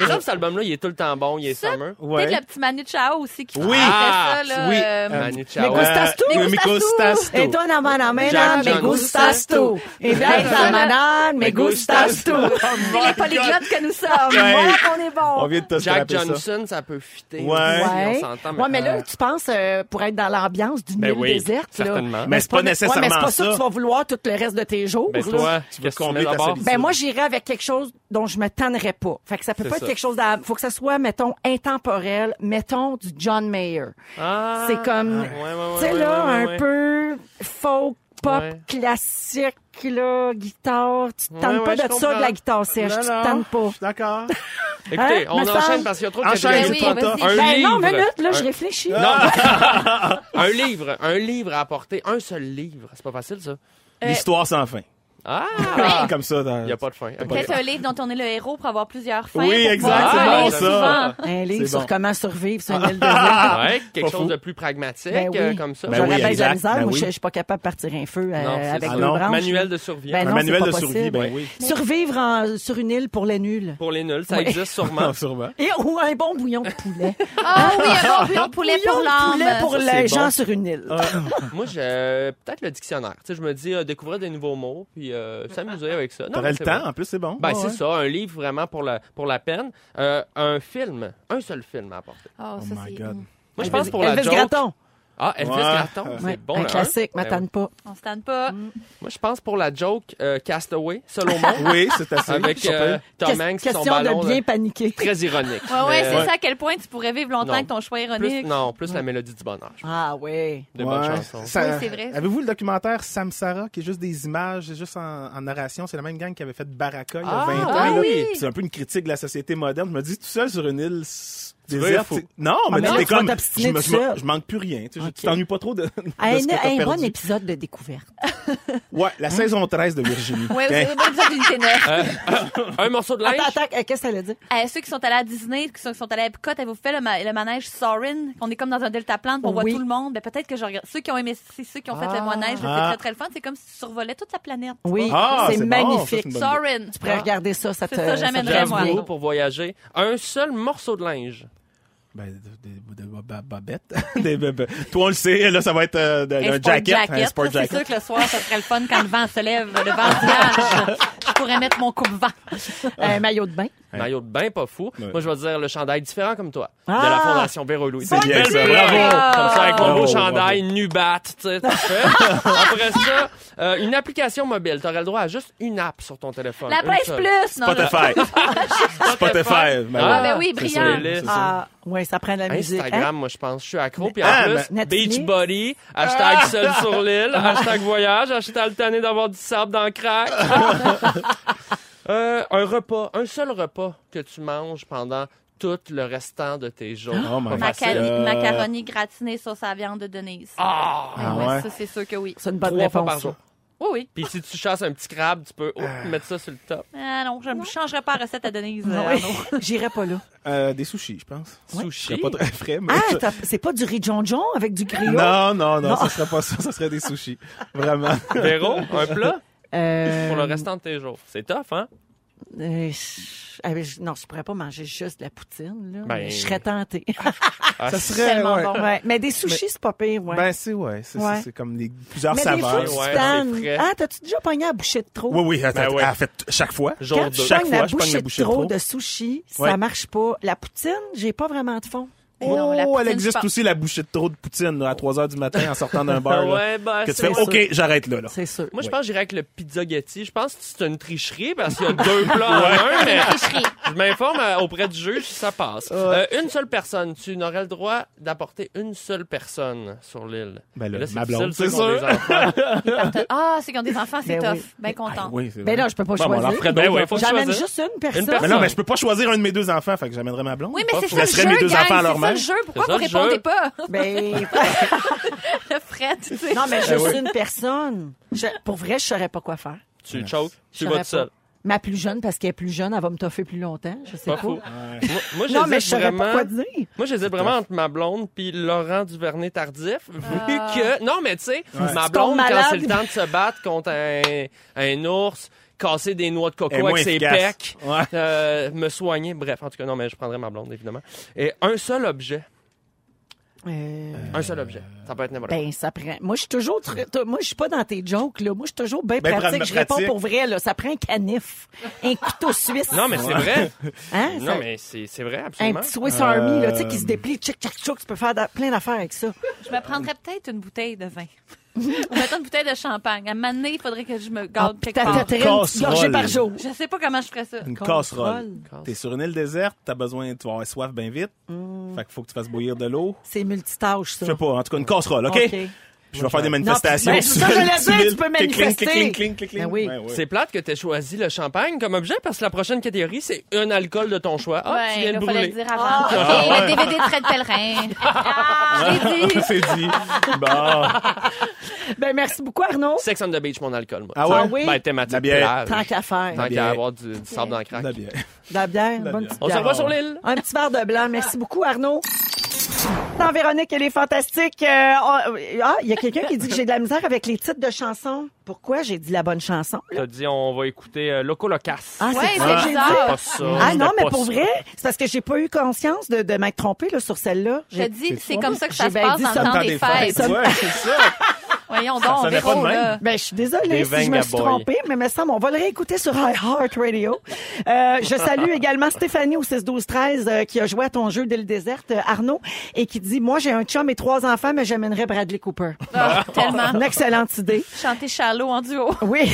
Euh, mais ça, cet album-là, il est tout le temps bon, il est
Ça,
summer.
Ouais.
Peut-être le petit Manu Chao aussi qui
Oui.
fait
Ah,
ça, là.
oui.
euh,
Euh,
Manu Chao.
Mais Gustas tu?
Euh, mais Gustas tu.
Et toi, na mana, me na, me gustas tu. Et bien, na mana, me gustas tu.
C'est les polyglottes que nous sommes.
Ouais.
Voilà qu'on est bon.
On vient de te
Jack
scraper ça.
Johnson, ça, peut fitter.
Ouais.
aussi,
Ouais.
On s'entend, hein.
Ouais, mais là, tu penses euh, pour être dans l'ambiance d'une
Ben
île
oui,
déserte. là.
certainement.
Mais c'est pas
Ouais, mais c'est
nécessairement
pas ça que
ça.
tu vas vouloir tout le reste de tes jours.
Ben,
là.
toi,
Tu veux
qu'est-ce que tu
combler
mets
ta
d'abord?
solitude.
Ben moi j'irai avec quelque chose dont je me tannerais pas. Fait que ça peut
C'est
pas
ça.
être quelque chose d'à- faut que ça soit mettons intemporel, mettons du John Mayer.
Ah.
Ben, C'est comme
Ouais, ouais, ouais,
tu sais
ouais,
là
ouais,
un
ouais.
peu folk pop
Ouais.
classique là, guitare, tu te tannes
Ouais,
pas de
ouais, je
ça
comprends.
de la guitare sèche,
Non,
tu
non,
te tannes pas.
Je suis d'accord.
Écoutez,
Hein,
on
me semble.
enchaîne parce qu'il y a trop de
Enchaîne,
catégories.
j'ai trop tort.
vas-y.
Un
Ben non,
livre.
minute là, je
Un-
réfléchis.
Non. un livre, un livre à apporter, un seul livre. C'est pas facile, ça.
L'histoire sans fin.
Ah!
Comme ça. Dans...
Il n'y a pas de fin. Ok.
Peut-être un livre dont on est le héros pour avoir plusieurs fins.
Oui,
pour
exact,
pouvoir
c'est
aller
bon,
souvent.
ça.
Un livre
C'est
sur
bon.
comment survivre sur une île déserte.
Ouais, quelque
Pas
chose
fou.
de plus pragmatique,
Ben oui.
euh, comme ça.
Ben
J'aurais
oui,
bien de la
exact.
misère,
Ben
moi je
oui.
je suis pas capable de partir un feu euh,
Non, c'est
avec
ça.
deux
Ah non.
branches.
Manuel de survie.
Ben
Un
non, c'est
manuel
pas
de
possible.
survie, ben oui.
Survivre en- sur une île pour les nuls.
Pour les nuls, ça
Oui.
existe sûrement.
Non, sûrement.
Et, ou un bon bouillon de poulet.
Ah oui, un bon bouillon de poulet pour
Bouillon de poulet
l'âme.
pour
Ça,
les
c'est
gens
bon.
sur une île.
Moi, j'ai euh, peut-être le dictionnaire. Tu sais, je me dis euh, découvrir des nouveaux mots, puis euh, s'amuser avec ça. Non, mais
T'aurais le
c'est
temps,
vrai.
en plus, c'est bon.
Ben,
Ouais,
c'est
ouais.
ça, un livre vraiment pour la, pour la peine. Euh, un film, un seul film à apporter.
Oh,
Oh
ça,
my
c'est-
God.
Moi, je pense pour la
Elvis
joke.
Gratton.
Ah, Elvis
Ouais.
Graton,
Ouais,
c'est bon.
un
là, hein?
classique,
Ben
m'attends
oui.
pas.
On se tanne pas.
Mm.
Moi, je pense pour la joke euh, Castaway, selon moi.
Oui, c'est assez.
Avec
Surpris.
euh, Tom
Que-
Hanks et son
question
ballon.
de bien
là.
paniquer.
Très ironique.
Ouais, ouais,
Mais-
c'est ça. À quel point tu pourrais vivre longtemps
Non.
avec ton choix
Plus,
ironique.
non, plus la mélodie du bonheur.
Ah oui.
De bonnes
Ouais.
chansons.
Ça-
Oui, c'est vrai.
Avez-vous le documentaire Samsara, qui est juste des images, c'est juste en, en narration? C'est la même gang qui avait fait Baraka il y
Ah,
a 20 ans.
ah
là.
oui!
Puis C'est un peu une critique de la société moderne. Je me dis, tout seul sur une île s-
veux,
déserte,
faut-
c'est- Non,
mais
mais,
là,
tu t'es
tu vas
comme...
t'obstiner
je me-
tout
je me-
seul.
Je manque plus rien. Tu sais, je-
Ok.
tu t'ennuies pas trop de, de
Un,
ce que t'as
un bon
perdu.
épisode de découverte.
Ouais, la saison 13 de Virginie.
Ouais,
Hein.
c'est bonne chose d'unité neuf.
Euh, Un morceau de linge.
Attends, attends, euh, qu'est-ce que ça veut dire?
À ceux qui sont allés à Disney, qui sont, qui sont allés à Epcot, avez-vous fait le, ma- le manège Sorin? On est comme dans un deltaplane, on voit
Oui.
tout le monde. Ben, peut-être que je regarde. Ceux qui ont aimé, c'est ceux qui ont fait le manège, là, c'est
Ah.
très, très le fun. C'est comme si tu survolais toute la planète.
Oui,
Ah,
c'est
c'est bon, ça,
magnifique.
c'est une Ah. bonne-
Sorin.
tu pourrais regarder ça, ça te.
C'est ça, j'amènerais,
te-
Très moi.
J'avoue, pour voyager. Un seul morceau de linge.
Ben, des, des, des ba- babettes. Des- des- des- Toi, on le sait, là, ça va être euh, d'un
Un
d'un
sport
jacket, un sport
Ça, C'est
jacket.
sûr que le soir, ça serait le fun quand le vent se lève, le vent vierge. Je pourrais mettre mon coupe-vent.
Un euh, maillot de bain.
Maillot de bain, pas fou.
Ouais.
Moi, je vais dire le chandail différent comme toi. De la
Ah!
Fondation Véro Louis.
C'est bien,
Belle,
ça.
belle,
Bravo! Oh,
Comme ça, avec mon beau
Bravo,
chandail, Nubat, tu sais, parfait. Après ça, euh, une application mobile. T'aurais le droit à juste une app sur ton téléphone.
La
Une
presse
seule.
plus! Non, là.
Spotify. Spotify. ben
Ah,
ouais.
ben oui,
C'est
brillant.
ça, c'est ça.
Ah, ouais, ça prend de la musique. hein?
Instagram, moi, je pense. Je suis accro. Puis en
Ah,
plus,
ben-
Beachbody, hashtag seul sur l'île, hashtag voyage, hashtag tanné d'avoir du sable dans le crack. Euh, un repas, un seul repas que tu manges pendant tout le restant de tes jours.
Oh my
Pas
God.
facile.
Macaroni,
Euh,
macaroni gratinée sauce à viande de Denise.
Ah!
Ah
ouais.
Ça, c'est sûr que oui.
C'est une bonne
Trois fois
réponse.
par
ça.
jour.
Oui, oui.
Puis si tu chasses un petit crabe, tu peux oh, mettre ça sur le top.
Ah non, je ne changerai pas la recette à Denise. euh,
Ah ouais.
Arnaud.
J'irai pas là.
Euh, des sushis, je pense. Ce
Sushi.
serait pas très frais, mais...
Ah, t'as- c'est pas du riz jonjon avec du griot?
Non, non, non,
Non.
ça serait pas ça, ça serait des sushis. Vraiment.
Véro, un plat
Euh,
pour le restant de tes jours. C'est tough, hein?
euh, je- ah, mais je- non, je pourrais pas manger juste de la poutine. Là,
Ben-
mais je serais tentée.
ça serait
tellement
ouais.
bon.
Ouais, Mais des sushis, c'est pas pire. Ouais.
Ben c'est ouais, c'est
Ouais.
c'est- c'est comme des plusieurs
mais des fois,
saveurs.
tu
ouais,
te
c'est
tannes.
frais.
Ah, t'as-tu déjà pogné à boucher de trop?
Oui oui, attends,
Ben ouais.
elle fait chaque fois.
Jour
Quand
deux.
tu
Chaque
pognes
fois,
la
je pogne la
bouchée de
bouchée de
trop
trop.
de sushis, ça
Ouais.
marche pas. La poutine, j'ai pas vraiment de fond.
Mais non, la
oh, elle
poutine,
existe
je pense-
aussi la bouchée de trop de poutine là, à 3 heures du matin en sortant d'un bar là,
Ouais, ben,
que tu
c'est-
fais
c'est
OK, j'arrête là, là.
C'est sûr.
Moi, je
Ouais.
pense que j'irais avec le pizzaghetti. Je pense que c'est une tricherie parce qu'il y a deux plats en un, mais je m'informe euh, auprès du juge si ça passe. Euh, une seule personne. Tu n'aurais le droit d'apporter une seule personne sur l'île.
Ben là,
Et
ma
difficile,
blonde,
ceux
c'est
qui ont
sûr.
des enfants.
Ah, ceux qui ont des enfants, c'est
Ben
tough.
oui.
Bien content.
Ah, oui, c'est
Mais
vrai.
là, Ben je peux pas
Bon, on en
choisir. Ben
ferait d'autres,
Ben ouais,
hein.
faut
J'amène
choisir.
juste une personne.
Mais non, mais je peux pas choisir un de mes deux enfants, fait que j'amènerai ma blonde.
Oui, mais c'est
Je
ça
laisserai
le
mes
jeu,
deux
gang,
enfants à
c'est
leur
ça
mère.
le jeu. Pourquoi
C'est
vous
ça, le
répondez
jeu.
pas?
Ben,
Le Fred, tu sais.
non, mais juste une personne. Je- pour vrai, je saurais pas quoi faire.
Tu choques.
Je
Tu vas
saurais
tout seul.
pas. Ma plus jeune, parce qu'elle est plus jeune, elle va me toffer plus longtemps. Je sais
Pas
pas.
fou. Moi, moi,
Non, mais je
j'hésite
saurais pas
vraiment.
quoi dire.
Moi, j'hésite vraiment entre ma blonde puis Laurent Duvernay tardif, vu que non, mais tu sais, ma
Ah. Tu
blonde
tombes
quand
malade.
c'est le temps de se battre contre un, un ours, casser des noix de coco
Elle est moins
avec ses
efficace.
pecs,
Ouais.
euh, me soigner, bref, en tout cas, non, mais je prendrais ma blonde évidemment. Et un seul objet,
Euh,
un seul objet, ça peut être n'importe quoi.
Ben, ça prend. Moi, je suis toujours. tr- t- Moi, je suis pas dans tes jokes, là. Moi, je suis toujours bien
Ben,
pratique.
prends-
Je réponds
pratique.
pour vrai, là. Ça prend un canif. Un couteau suisse.
Non, mais c'est vrai.
Hein? Ça-
Non, mais c'est c'est vrai,
Un
absolument.
petit Swiss Army, là, tu sais, qui se
Euh,
déplie, tchic, tchac, tchouk, tu peux faire da- plein d'affaires avec ça.
Je me prendrais peut-être une bouteille de vin. Ou mettons une bouteille de champagne. À un moment donné, il faudrait que je me
Ah,
garde
puis
quelque part.
t'as- t'as une petite
casserole.
gorgée par jour.
Je sais pas comment je ferais ça.
Une
Casserole.
casserole. T'es sur une île déserte, t'as besoin, tu vas avoir soif bien vite. Fait qu'il faut que tu fasses bouillir de l'eau.
C'est multitâche, ça.
Je sais pas, en tout cas, une casserole, OK?
OK.
Puis je vais faire des
Non,
manifestations.
ben, c'est ça, j'allais
sur
dire,
l'île.
tu peux
Clic, clic,
manifester.
clic, clic, clic, clic.
Ben oui.
Ouais, ouais.
C'est plate que t'aies choisi le champagne comme objet parce que la prochaine catégorie, c'est un alcool de ton choix. Ah, tu viens
il
de
fallait le
brûler.
ben, dire avant.
Ah,
OK, le DVD de Fred Pellerin. Ah, Je l'ai dit.
C'est dit. Bon.
Ben, merci beaucoup, Arnaud.
Sex on the beach, mon alcool, moi.
Ah ouais?
Ah oui?
Ben, thématique
La bière.
plage.
Tant qu'à faire.
Tant
bière.
qu'à avoir du, du sable dans le crack.
Très bien.
De la bière,
la
bonne
bière.
petite
On se
bière.
revoit sur l'île.
Un petit verre de blanc. Merci beaucoup, Arnaud. Non, Véronique, elle est fantastique. Euh, on- ah, il y a quelqu'un qui dit que j'ai de la misère avec les titres de chansons. Pourquoi j'ai dit la bonne chanson?
T'as dit, on va écouter euh, Loco Locas.
Ah,
Ouais,
c'est ça que
c'est
j'ai dit.
bizarre.
Pas ça.
Ah
C'était
non, mais
pas
pour
ça.
vrai, c'est parce que j'ai pas eu conscience de, de m'être trompée là, sur celle-là.
Je te
J'ai-
dis,
c'est
c'est
fou.
comme ça que ça
J'ai
se
bien
passe
dit
dans
ça
le temps des fêtes.
Ouais, c'est ça.
Voyons
Ça
donc,
sonnait
Véro,
pas de même.
là.
Ben, je suis désolée
Des
si je me suis
Vengaboys.
trompée, mais me semble, on va le réécouter sur iHeartRadio. Euh, je salue également Stéphanie au 6-12-13 euh, qui a joué à ton jeu dès le désert, euh, Arnaud, et qui dit, moi, j'ai un chum et trois enfants, mais j'amènerais Bradley Cooper.
Ah, tellement.
Une excellente idée.
Chanter Shallow en duo.
Oui.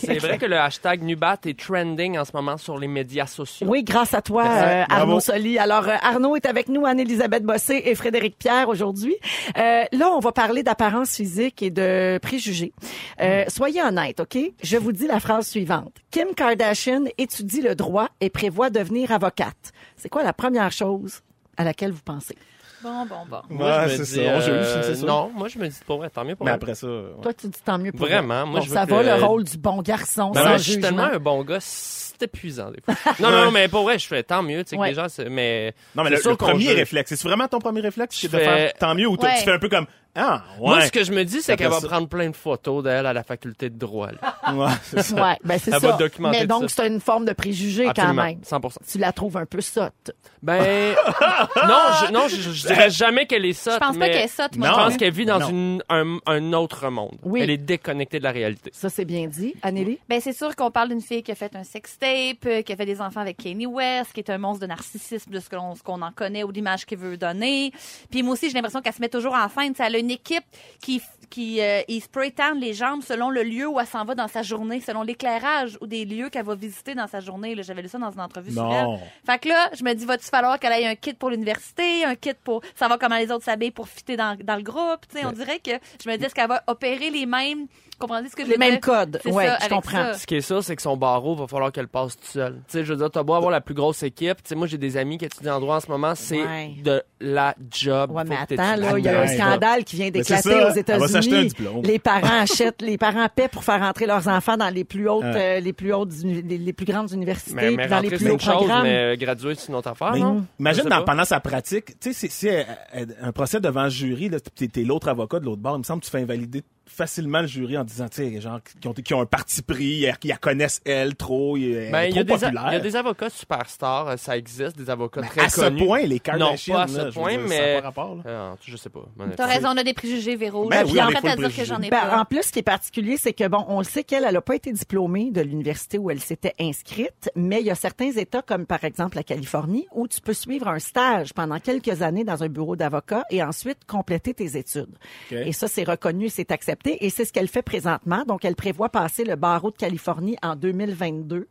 C'est vrai que le hashtag Nubat est trending en ce moment sur les médias sociaux.
Oui, grâce à toi,
Merci.
euh,
Bravo.
Arnaud Soli. Alors, euh, Arnaud est avec nous, Anne-Élisabeth Bossé et Frédéric Pierre aujourd'hui. Euh, là, on va parler d'apparence physique et de préjugés. Euh,
Mm.
Soyez honnêtes, OK? Je vous dis la phrase suivante. Kim Kardashian étudie le droit et prévoit devenir avocate. C'est quoi la première chose à laquelle vous pensez?
Bon, bon, bon.
Moi,
Ouais,
je me
c'est
dis,
ça, on
euh,
juge, c'est ça.
Non, moi, je me dis, pour vrai, tant mieux pour
Mais
elle.
après ça, ouais.
Toi, tu dis tant mieux pour
Vraiment,
elle.
moi,
Bon,
je veux
Ça
que
va,
le-
le rôle du bon garçon,
Ben,
sans
je suis
jugement.
tellement un bon gars, c'est épuisant des fois. Non, non, non, mais pour vrai, je fais tant mieux, tu sais, que
Ouais.
les gens, c'est- mais.
Non, mais
c'est
le,
sûr
le
qu'on
premier
juge.
réflexe, c'est vraiment ton premier réflexe c'est de
fais-
faire tant mieux ou t-
Ouais.
tu fais un peu comme Ah, ouais.
Moi, ce que je me dis, c'est
Après
qu'elle va
ça-
prendre plein de photos d'elle à la faculté de droit. là.
Ouais, c'est ça.
Ouais, ben c'est
Elle
ça.
va documenter
Mais
tout
donc,
ça.
c'est une forme de préjugé
Absolument,
quand même.
100%.
Tu la trouves un peu sotte.
Ben, non, je, non, je, je dirais jamais qu'elle est sotte.
Je pense pas
mais
qu'elle est sotte, moi,
Je
non
pense
plus.
qu'elle vit dans
Non.
une, un, un autre monde.
Oui.
Elle est déconnectée de la réalité.
Ça, c'est bien dit. Anneli?
Ben, c'est sûr qu'on parle d'une fille qui a fait un sextape, euh, qui a fait des enfants avec Kanye West, qui est un monstre de narcissisme de ce que l'on- ce qu'on en connaît ou l'image qu'elle veut donner. Puis moi aussi, j'ai l'impression qu'elle se met toujours en scène. Tu sais, elle a une équipe qui, f- qui euh, y spray tan les jambes selon le lieu où elle s'en va dans sa journée, selon l'éclairage ou des lieux qu'elle va visiter dans sa journée. là. J'avais lu ça dans une entrevue sur
Non.
elle. Fait que là, je me dis, va-tu falloir qu'elle ait un kit pour l'université, un kit pour savoir comment les autres s'habillent pour fitter dans, dans le groupe. Tu sais, On
Ouais.
dirait que je me dis, est-ce qu'elle va opérer les mêmes... Comprenez ce que je
Les
veux dire?
mêmes codes.
C'est
Ouais,
ça,
je
avec
comprends.
ça.
Ce qui est sûr, c'est que son barreau, va falloir qu'elle passe toute seule. Tu sais, je veux dire, t'as beau avoir la plus grosse équipe. Tu sais, moi, j'ai des amis qui étudient en droit en ce moment. C'est
Ouais.
de la job.
Ouais, mais
Faut que
attends,
t'étudies.
là, il y a un
Ouais.
scandale qui vient
Mais c'est
d'éclater
ça,
aux
elle va s'acheter un
États-Unis.
diplôme.
Les parents achètent, les parents paient pour faire entrer leurs enfants dans les plus hautes,
Ouais.
euh, les plus hautes, uni- les, les plus grandes universités,
Mais, mais
puis dans les
rentrer,
plus
c'est
hauts
une chose,
programmes.
mais graduer, c'est une autre affaire,
Mais
non?
Imagine
Je sais
dans-
pas.
pendant sa pratique, tu sais, si, si, euh, euh, un procès devant le jury, là, t'es, t'es l'autre avocat de l'autre bord, il me semble que tu fais invalider facilement le jury en disant, tu sais, genre, qui ont, qui ont un parti pris, ils la connaissent elle trop, elle est
Ben, il y, a
trop
des a-
populaire.
il y a des avocats superstars, euh, ça existe, des avocats très
à ce
connus.
point, les
Non,
Kardashian,
pas à
là,
ce
je veux
point,
dire, ça a
mais...
pas rapport,
Ah, tu- je sais pas. mon
T'as
avis.
raison, on a des préjugés, Véro.
Ben
je
oui,
suis en
on est
train
full
de dire que
préjugés.
j'en ai
Ben,
pas.
en plus, ce qui est particulier, c'est que, bon, on le sait qu'elle, elle n'a pas été diplômée de l'université où elle s'était inscrite, mais il y a certains États, comme par exemple la Californie, où tu peux suivre un stage pendant quelques années dans un bureau d'avocat et ensuite compléter tes études.
OK.
Et ça, c'est reconnu, c'est accepté, et c'est ce qu'elle fait présentement. Donc, elle prévoit passer le barreau de Californie en 2022.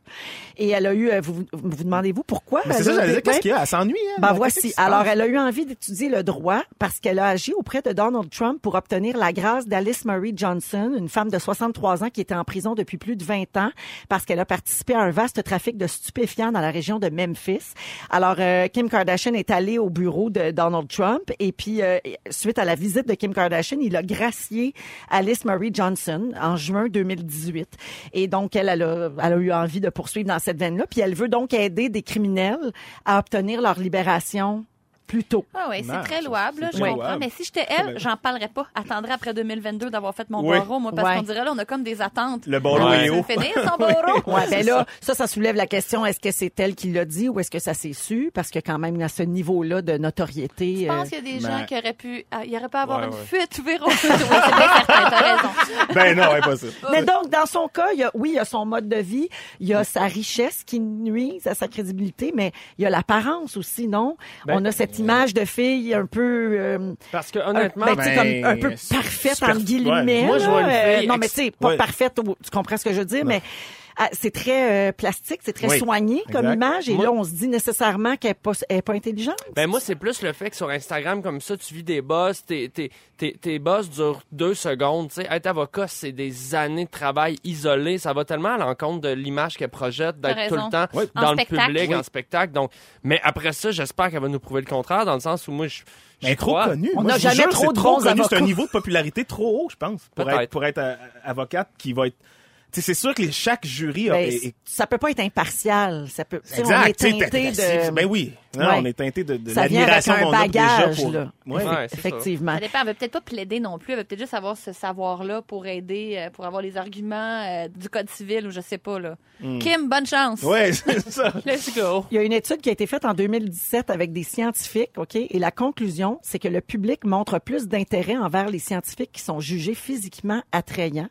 Et elle a eu, euh, vous vous, vous demandez-vous pourquoi?
Mais c'est
elle
ça,
a
j'allais
des-
dire, qu'est-ce
Ouais.
qu'il y a? Elle s'ennuie, elle?
Ben
Qu'est-ce qui
voici.
se
Alors,
passe?
elle a eu envie d'étudier le droit parce qu'elle a agi auprès de Donald Trump pour obtenir la grâce d'Alice Marie Johnson, une femme de 63 ans qui était en prison depuis plus de 20 ans parce qu'elle a participé à un vaste trafic de stupéfiants dans la région de Memphis. Alors, euh, Kim Kardashian est allée au bureau de Donald Trump et puis, euh, suite à la visite de Kim Kardashian, il a gracié Alice Marie Johnson en juin 2018. Et donc, elle, elle a, elle a eu envie de poursuivre dans cette veine-là. Puis, elle veut donc aider des criminels à obtenir leur libération plus tôt.
Ah oui, c'est
Marche,
très louable, là,
c'est
je
très
comprends.
louable.
Mais si j'étais
Ben
elle,
oui.
j'en parlerais pas. Attendrais après 2022 d'avoir fait mon
Oui.
barreau, moi, parce
Ouais.
qu'on dirait, là, on a comme des attentes.
Le barreau
Ah,
est
tu veux
haut.
finir son barreau?
Ouais, ben là, ça, ça soulève la question, est-ce que c'est elle qui l'a dit ou est-ce que ça s'est su? Parce que quand même, à ce niveau-là de notoriété... euh,
Je pense qu'il y a des gens qui auraient pu. ah, Il y aurait pas à avoir
ben. Ouais,
une
ouais.
fuite, Véro. Oui, c'est bien certain, t'as raison.
Ben non, impossible.
Mais donc, dans son cas, il y a, oui, il y a son mode de vie, il y a sa richesse qui nuit à sa crédibilité, mais il y a l'apparence aussi, non?
Ben,
On a cette image de fille un peu... euh,
Parce que, honnêtement,
un, ben, tu sais,
Ben,
comme un peu
super-
parfaite,
super-
entre guillemets.
Ouais. Moi, je vois une
là, euh,
fille
non, mais
ex-
tu sais, pas
Ouais.
parfaite, ou- tu comprends ce que je veux dire, mais ah, c'est très euh, plastique, c'est très
Oui.
soigné comme
Exact.
image, et
Moi-
là, on se dit nécessairement qu'elle n'est pas, elle est pas intelligente.
Ben moi, c'est plus le fait que sur Instagram, comme ça, tu vis des bosses, tes, tes, tes, tes bosses durent deux secondes. tu sais. Être avocat, c'est des années de travail isolé. Ça va tellement à l'encontre de l'image qu'elle projette
T'as
d'être tout
raison.
le temps
Oui.
dans
En
le
spectacle.
public,
Oui.
en spectacle. Donc, Mais après ça, j'espère qu'elle va nous prouver le contraire, dans le sens où moi, je
Elle est trop connue. Moi, je vous jure, c'est connu. C'est un niveau de popularité trop haut, je pense, pour
Peut-être.
être, pour être euh, avocate qui va être. Tu sais, c'est sûr que les- chaque jury a.
Ben,
est- est-
ça peut pas être impartial, ça peut... tu sais, on
Exact,
est
tu sais,
teinté
t'as- t'as-
de...
Ben oui. Non,
Ouais.
on est teinté de, de
Ça vient
l'admiration
avec un
qu'on a déjà
bagage,
pour.
là.
Ouais.
Ouais, c'est ça. Effectivement.
Ça dépend. Elle veut peut-être pas plaider non plus. Elle veut peut-être juste avoir ce savoir-là pour aider, euh, pour avoir les arguments euh, du Code civil ou je sais pas. Là.
Hmm.
Kim, bonne chance.
ça.
Let's go.
Il y a une étude qui a été faite en 2017 avec des scientifiques, OK? Et la conclusion, c'est que le public montre plus d'intérêt envers les scientifiques qui sont jugés physiquement attrayants.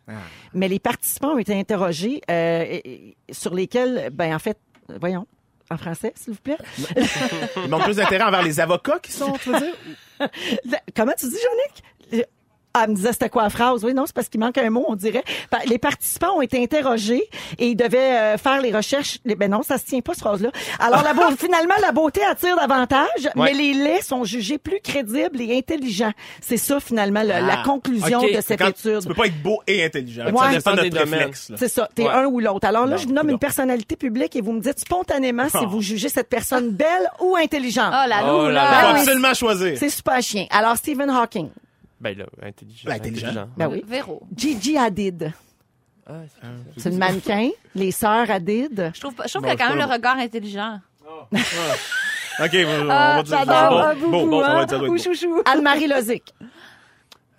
Mais les participants ont été interrogés euh, et- et- sur lesquels, ben en fait, voyons, en français, s'il vous plaît.
Ils montrent plus d'intérêt envers les avocats qui sont, tu veux dire?
Le- Ben, Comment tu dis, Jeannick? Le- Ah, elle me disait c'était quoi la phrase? Oui, non, c'est parce qu'il manque un mot, on dirait. Par- Les participants ont été interrogés et ils devaient euh, faire les recherches. Les- Ben non, ça se tient pas, cette phrase-là. Alors, la beau- finalement, la beauté attire davantage,
Ouais.
mais les laits sont jugés plus crédibles et intelligents. C'est ça, finalement, le- la
Ah,
conclusion
ok.
de cette
Quand-
étude.
Tu peux pas être beau et intelligent.
Ouais.
Ça dépend
Ça
de
dépend
notre
des
réflexe. là.
C'est ça, t'es
Ouais.
un ou l'autre. Alors là, je vous nomme une
non.
personnalité publique et vous me dites spontanément si
Oh.
vous jugez cette personne belle ou intelligente. Oh
Ah, là
Oh là là.
Ben
Faut
oui,
absolument choisir.
C'est super chien. Alors, Stephen Hawking.
Ben là, intelligent.
intelligent.
Ben oui.
Ah Véro.
Gigi Hadid.
Ah,
C'est une mannequin. Les sœurs Hadid.
Je trouve, pas- je trouve qu'il y
Bon,
a quand
c'est
même
pas
le regard intelligent.
OK, on
Ah,
va dire
j'adore. Ah,
Bon, bon,
boubou,
bon, on
hein?
va dire
Ou
oui.
chouchou. Anne-Marie Lozic.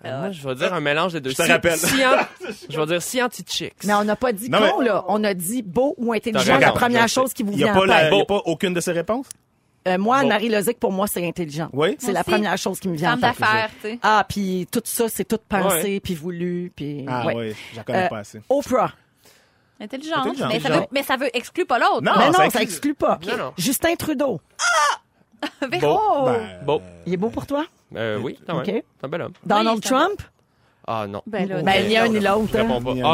Ben,
Euh, moi, je vais dire un mélange des deux.
Je te
Sci-
rappelle.
scient- je vais dire scientifique.
Mais on n'a pas dit
Non,
con,
mais-
là. On a dit beau ou
T'as
intelligent.
raison,
La première
je
chose
sais.
qui vous
Il n'y a,
vient
pas
en
la-
tête.
il y a pas aucune de ces réponses?
Euh, moi, Anne-Marie Lozic, pour moi, c'est intelligent.
Oui.
C'est la
Aussi.
première chose qui me vient en
Femme
tête.
d'affaires,
tu sais.
Ah, puis tout ça, c'est tout pensé,
Ouais.
puis voulu, puis...
Ah
ouais. Euh, oh.
oui, je la connais pas assez.
Oprah.
Intelligent.
Intelligent.
Mais, ça veut,
Intelligent.
mais ça veut exclure pas l'autre.
Ah,
Non, non, ça, exclut pas.
Non, non.
Justin Trudeau.
Véro.
Ben,
Bon.
Il est beau pour toi?
Euh, oui, quand même.
OK.
C'est un bel homme.
Donald Trump?
Ah non.
Ben là, Ben, ni un ni l'autre,
Je réponds
hein.
pas.
Ni un ni
Ah, non,
l'autre.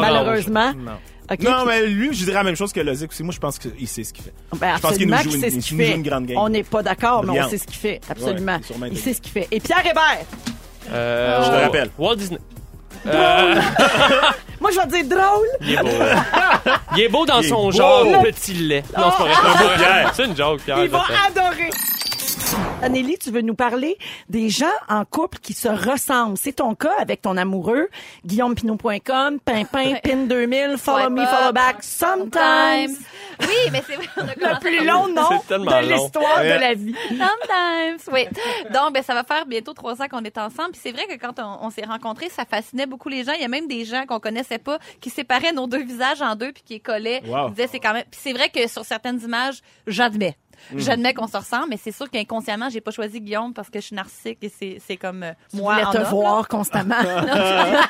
Malheureusement.
Non.
Ok,
non,
puis-
mais lui, je dirais la même chose que Lozic aussi. Moi, je pense qu'il sait ce qu'il fait.
Ben,
je pense qu'il nous
absolument
joue,
qu'il
une,
sait ce
il
qu'il
nous joue
fait.
une grande game.
On n'est pas d'accord, mais on
Brillante.
sait ce qu'il fait. Absolument.
Ouais, c'est sûrement
il sait
intelligent.
ce qu'il fait. Et Pierre Hébert.
Oh.
Euh,
Je te
Walt-
rappelle.
Walt Disney. Euh,
Moi, je vais te dire drôle.
il est beau. hein. Il est beau dans
Il est
son
beau.
genre, petit lait. Non, c'est pas vrai.
Ah!
C'est un beau Pierre. C'est une joke, Pierre.
Il va
je sais.
adorer. Anélie, tu veux nous parler des gens en couple qui se ressemblent. C'est ton cas avec ton amoureux, guillaumepinot.com, pimpin, pin2000, follow
Swipe
me,
up.
follow back, sometimes.
Oui, mais c'est vrai, on a
Le
commencé
plus
comme-
long nom
C'est tellement
de
long.
l'histoire de
Ouais.
la vie.
Sometimes, oui. Donc, ben, ça va faire bientôt trois ans qu'on est ensemble. Puis c'est vrai que quand on, on s'est rencontrés, ça fascinait beaucoup les gens. Il y a même des gens qu'on connaissait pas qui séparaient nos deux visages en deux puis qui les collaient.
Wow.
Ils disaient, c'est quand même. Puis c'est vrai que sur certaines images, j'admets.
Mm.
J'admets qu'on se ressemble, mais c'est sûr qu'inconsciemment, j'ai pas choisi Guillaume parce que je suis narcissique et c'est, c'est comme euh,
Tu
moi.
voulais
en
te
homme,
voir
là.
constamment.
Ah,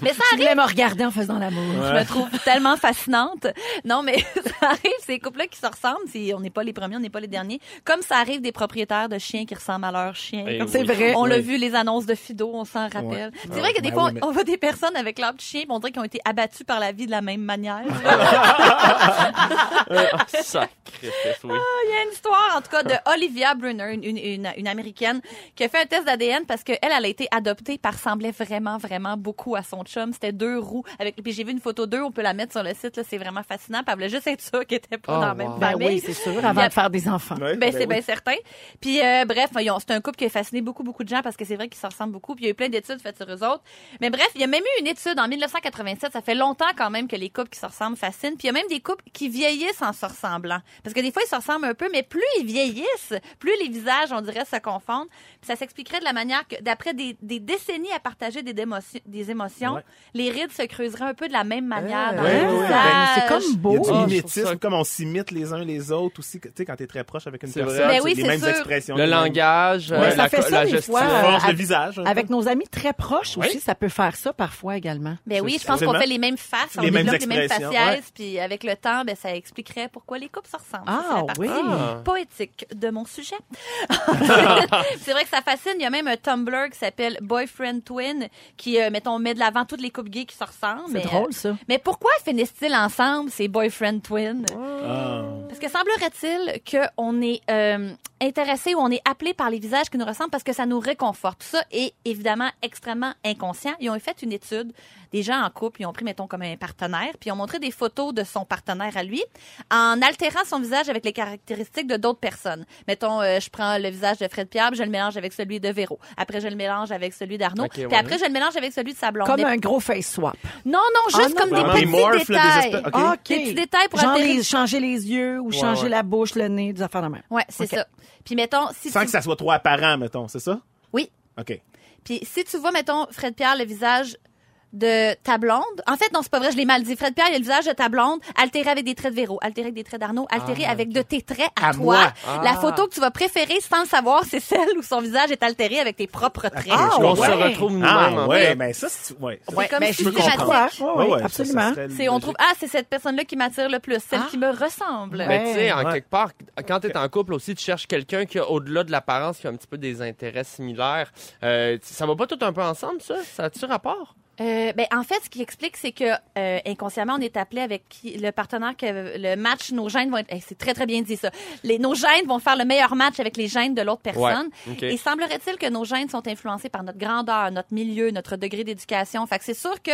Mais ça
Tu voulais me regarder en faisant l'amour.
Je me trouve tellement fascinante. Non, mais ça arrive, ces couples-là qui se ressemblent, c'est- on n'est pas les premiers, on n'est pas les derniers. Comme ça arrive des propriétaires de chiens qui ressemblent à leurs chiens.
Eh
Comme
oui. C'est vrai.
On l'a
Oui.
vu, les annonces de Fido, on s'en rappelle.
Ouais.
C'est
Ah
vrai que
oui.
des
Ben
fois,
oui, mais-
on voit des personnes avec leur petit chien, puis on dirait qu'ils ont été abattus par la vie de la même manière. Ah,
Euh, ah, sacrifice, oui.
Ah, Il y a une histoire, en tout cas, de Olivia Brunner, une, une- une- une Américaine, qui a fait un test d'ADN parce qu'elle, elle a été adoptée, par ressemblait vraiment, vraiment beaucoup à son chum. C'était deux roues. Avec... Puis j'ai vu une photo d'eux, on peut la mettre sur le site, là, c'est vraiment fascinant. Puis elle voulait juste être sûre qu'elle n'était pas
Ah,
Oh,
dans la même
wow. Ben
famille.
oui, c'est sûr, avant
Puis
de faire des enfants.
Ben,
Ben
c'est
oui.
bien certain. Puis euh, bref, ils ont- c'est un couple qui a fasciné beaucoup, beaucoup de gens parce que c'est vrai qu'ils se ressemblent beaucoup. Puis il y a eu plein d'études faites sur eux autres. Mais bref, il y a même eu une étude en 1987. Ça fait longtemps quand même que les couples qui se ressemblent fascinent. Puis il y a même des couples qui vieillissent en se ressemblant. Parce que des fois, ils se ressemblent un peu, mais plus ils vieillissent, plus les visages, on dirait, se confondent. Puis ça s'expliquerait de la manière que, d'après des, des décennies à partager des, démotion- des émotions,
Ouais.
les rides se creuseraient un peu de la même manière. dans
Ouais,
le
ouais,
Ah,
ouais.
visage.
Ben,
Il y a
Ah, je
du
trouve
mimétisme,
ça-
comme on s'imite les uns les autres aussi. que- Tu sais, quand t'es très proche avec une
C'est vrai.
personne,
Ben
c'est
oui,
les
c'est
mêmes
sûr.
expressions.
Le
les mêmes-
langage,
Mais
euh,
ça
la,
fait
co-
ça
la
des
gestuelle.
fois. euh,
Force de
avec-
visage, hein. un peu.
Avec nos amis très proches
Mhm. Oui.
aussi, ça peut faire ça parfois également.
Ben oui, je pense qu'on fait les mêmes faces, on
Les mêmes
développe les mêmes
expressions,
faciès,
ouais.
puis avec le temps, ben, ça expliquerait pourquoi les couples se ressemblent. Ça,
Ah,
c'est la partie
oui. Ah.
poétique de mon sujet. c'est vrai que ça fascine. Il y a même un Tumblr qui s'appelle Boyfriend Twin qui, euh, mettons, met de l'avant toutes les couples gays qui se ressemblent.
C'est
mais, euh,
drôle, ça.
Mais pourquoi finissent-ils ensemble, ces Boyfriend Twin?
Ah.
Parce que semblerait-il qu'on est euh, intéressé ou on est appelé par les visages qui nous ressemblent parce que ça nous réconforte. Tout ça est évidemment extrêmement inconscient. Ils ont fait une étude. Des gens en couple, ils ont pris, mettons, comme un partenaire, puis ils ont montré des photos de son partenaire à lui en altérant son visage avec les des caractéristiques de d'autres personnes. Mettons, euh, je prends le visage de Fred Pierre, puis je le mélange avec celui de Véro. Après, je le mélange avec celui d'Arnaud.
Ok,
puis
ouais.
après, je le mélange avec celui de sa blonde.
Comme
Des-
un gros face swap.
Non, non, juste
Ah, non.
comme des petits détails. Des petits détails pour
Genre
altérer-
les- changer les yeux ou
Ouais,
changer
ouais.
la bouche, le nez, des affaires de même.
Ouais, c'est ça. Puis mettons, si
Sans
tu-
que ça soit trop apparent, mettons, c'est ça?
Oui.
OK.
Puis si tu vois, mettons, Fred Pierre, le visage de ta blonde. En fait, non, c'est pas vrai, je l'ai mal dit. Fred Pierre, il a le visage de ta blonde, altéré avec des traits de Véro, altéré avec des traits d'Arnaud, altéré
Ah,
avec de tes traits à,
À
toi.
moi.
La
Ah.
photo que tu vas préférer sans le savoir, c'est celle où son visage est altéré avec tes propres traits.
On
Ah, se retrouve nous-mêmes,
Ah,
en
ouais,
fait.
mais ça, c'est. Ouais,
C'est comme
mais
si
peux
je m'attaque.
comprendre.
Ouais,
Ouais,
ouais,
ouais, ça, ça
absolument.
serait
C'est- on trouve ah c'est cette personne là qui m'attire le plus, celle qui me ressemble.
Mais tu sais, en quelque part, quand tu es en couple aussi, tu cherches quelqu'un qui, a, au-delà de l'apparence, qui a un petit peu des intérêts similaires. Euh, t- ça va pas tout un peu ensemble, ça? Ça a-tu rapport?
Euh, ben, en fait, ce qui explique, c'est que euh, inconsciemment, on est appelé avec qui, le partenaire que le match, nos gènes vont être. eh, c'est très, très bien dit, ça. Les, nos gènes vont faire le meilleur match avec les gènes de l'autre personne.
Ouais, ok.
Et semblerait-il que nos gènes sont influencés par notre grandeur, notre milieu, notre degré d'éducation. Fait que c'est sûr que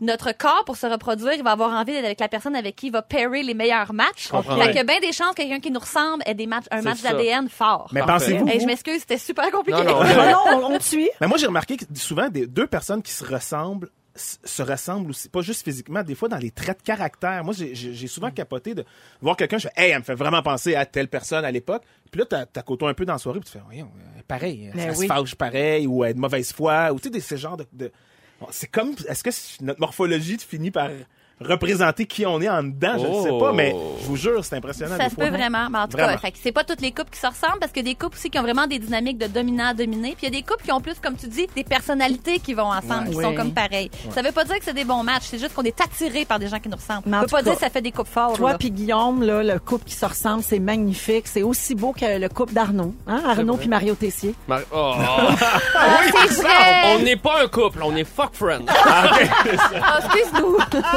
notre corps, pour se reproduire, il va avoir envie d'être avec la personne avec qui il va pairer les meilleurs matchs.
Je comprends.
Fait que
Ouais.
bien des chances que quelqu'un qui nous ressemble ait des matchs, un
C'est
match
ça.
d'ADN fort.
Mais Parfait. pensez-vous,
Eh, je
vous-
m'excuse, c'était super compliqué.
Non, non, on- Non, non,
Ah, on suit.
Mais moi, j'ai remarqué que souvent, des deux personnes qui se ressemblent s- se ressemblent aussi, pas juste physiquement, des fois dans les traits de caractère. Moi, j'ai- j'ai j'ai
Mm.
souvent capoté de voir quelqu'un, je fais « Hey, elle me fait vraiment penser à telle personne à l'époque. » Puis là, t'as t'as côtoyé un peu dans la soirée, puis tu fais « Voyons, elle est pareil,
Ben
elle
oui.
se fâche pareil, ou elle est de mauvaise foi, ou tu sais, des- ce genre de... de- Bon, C'est comme... Est-ce que c- notre morphologie finit par représenter qui on est en dedans? Je ne sais
Oh.
pas, mais je vous jure, c'est impressionnant.
Ça
des
se
fois.
peut vraiment. Mais en tout cas,
Vraiment.
fait que c'est pas toutes les couples qui se ressemblent parce que des couples aussi qui ont vraiment des dynamiques de dominant à dominé. Puis il y a des couples qui ont plus, comme tu dis, des personnalités qui vont ensemble,
Ouais.
qui
Oui.
sont comme pareilles.
Ouais.
Ça veut pas dire que c'est des bons matchs. C'est juste qu'on est attiré par des gens qui nous ressemblent.
Mais en
On peut
tout
pas
cas,
dire que ça fait des couples forts.
Toi
là.
puis Guillaume, là, le couple qui se ressemble, c'est magnifique. C'est aussi beau que le couple d'Arnaud. Hein? Arnaud
vrai.
puis Mario Tessier.
Mar- oh.
Ah,
c'est vrai!
On n'est pas un couple, on est fuck friend.
excuse-nous.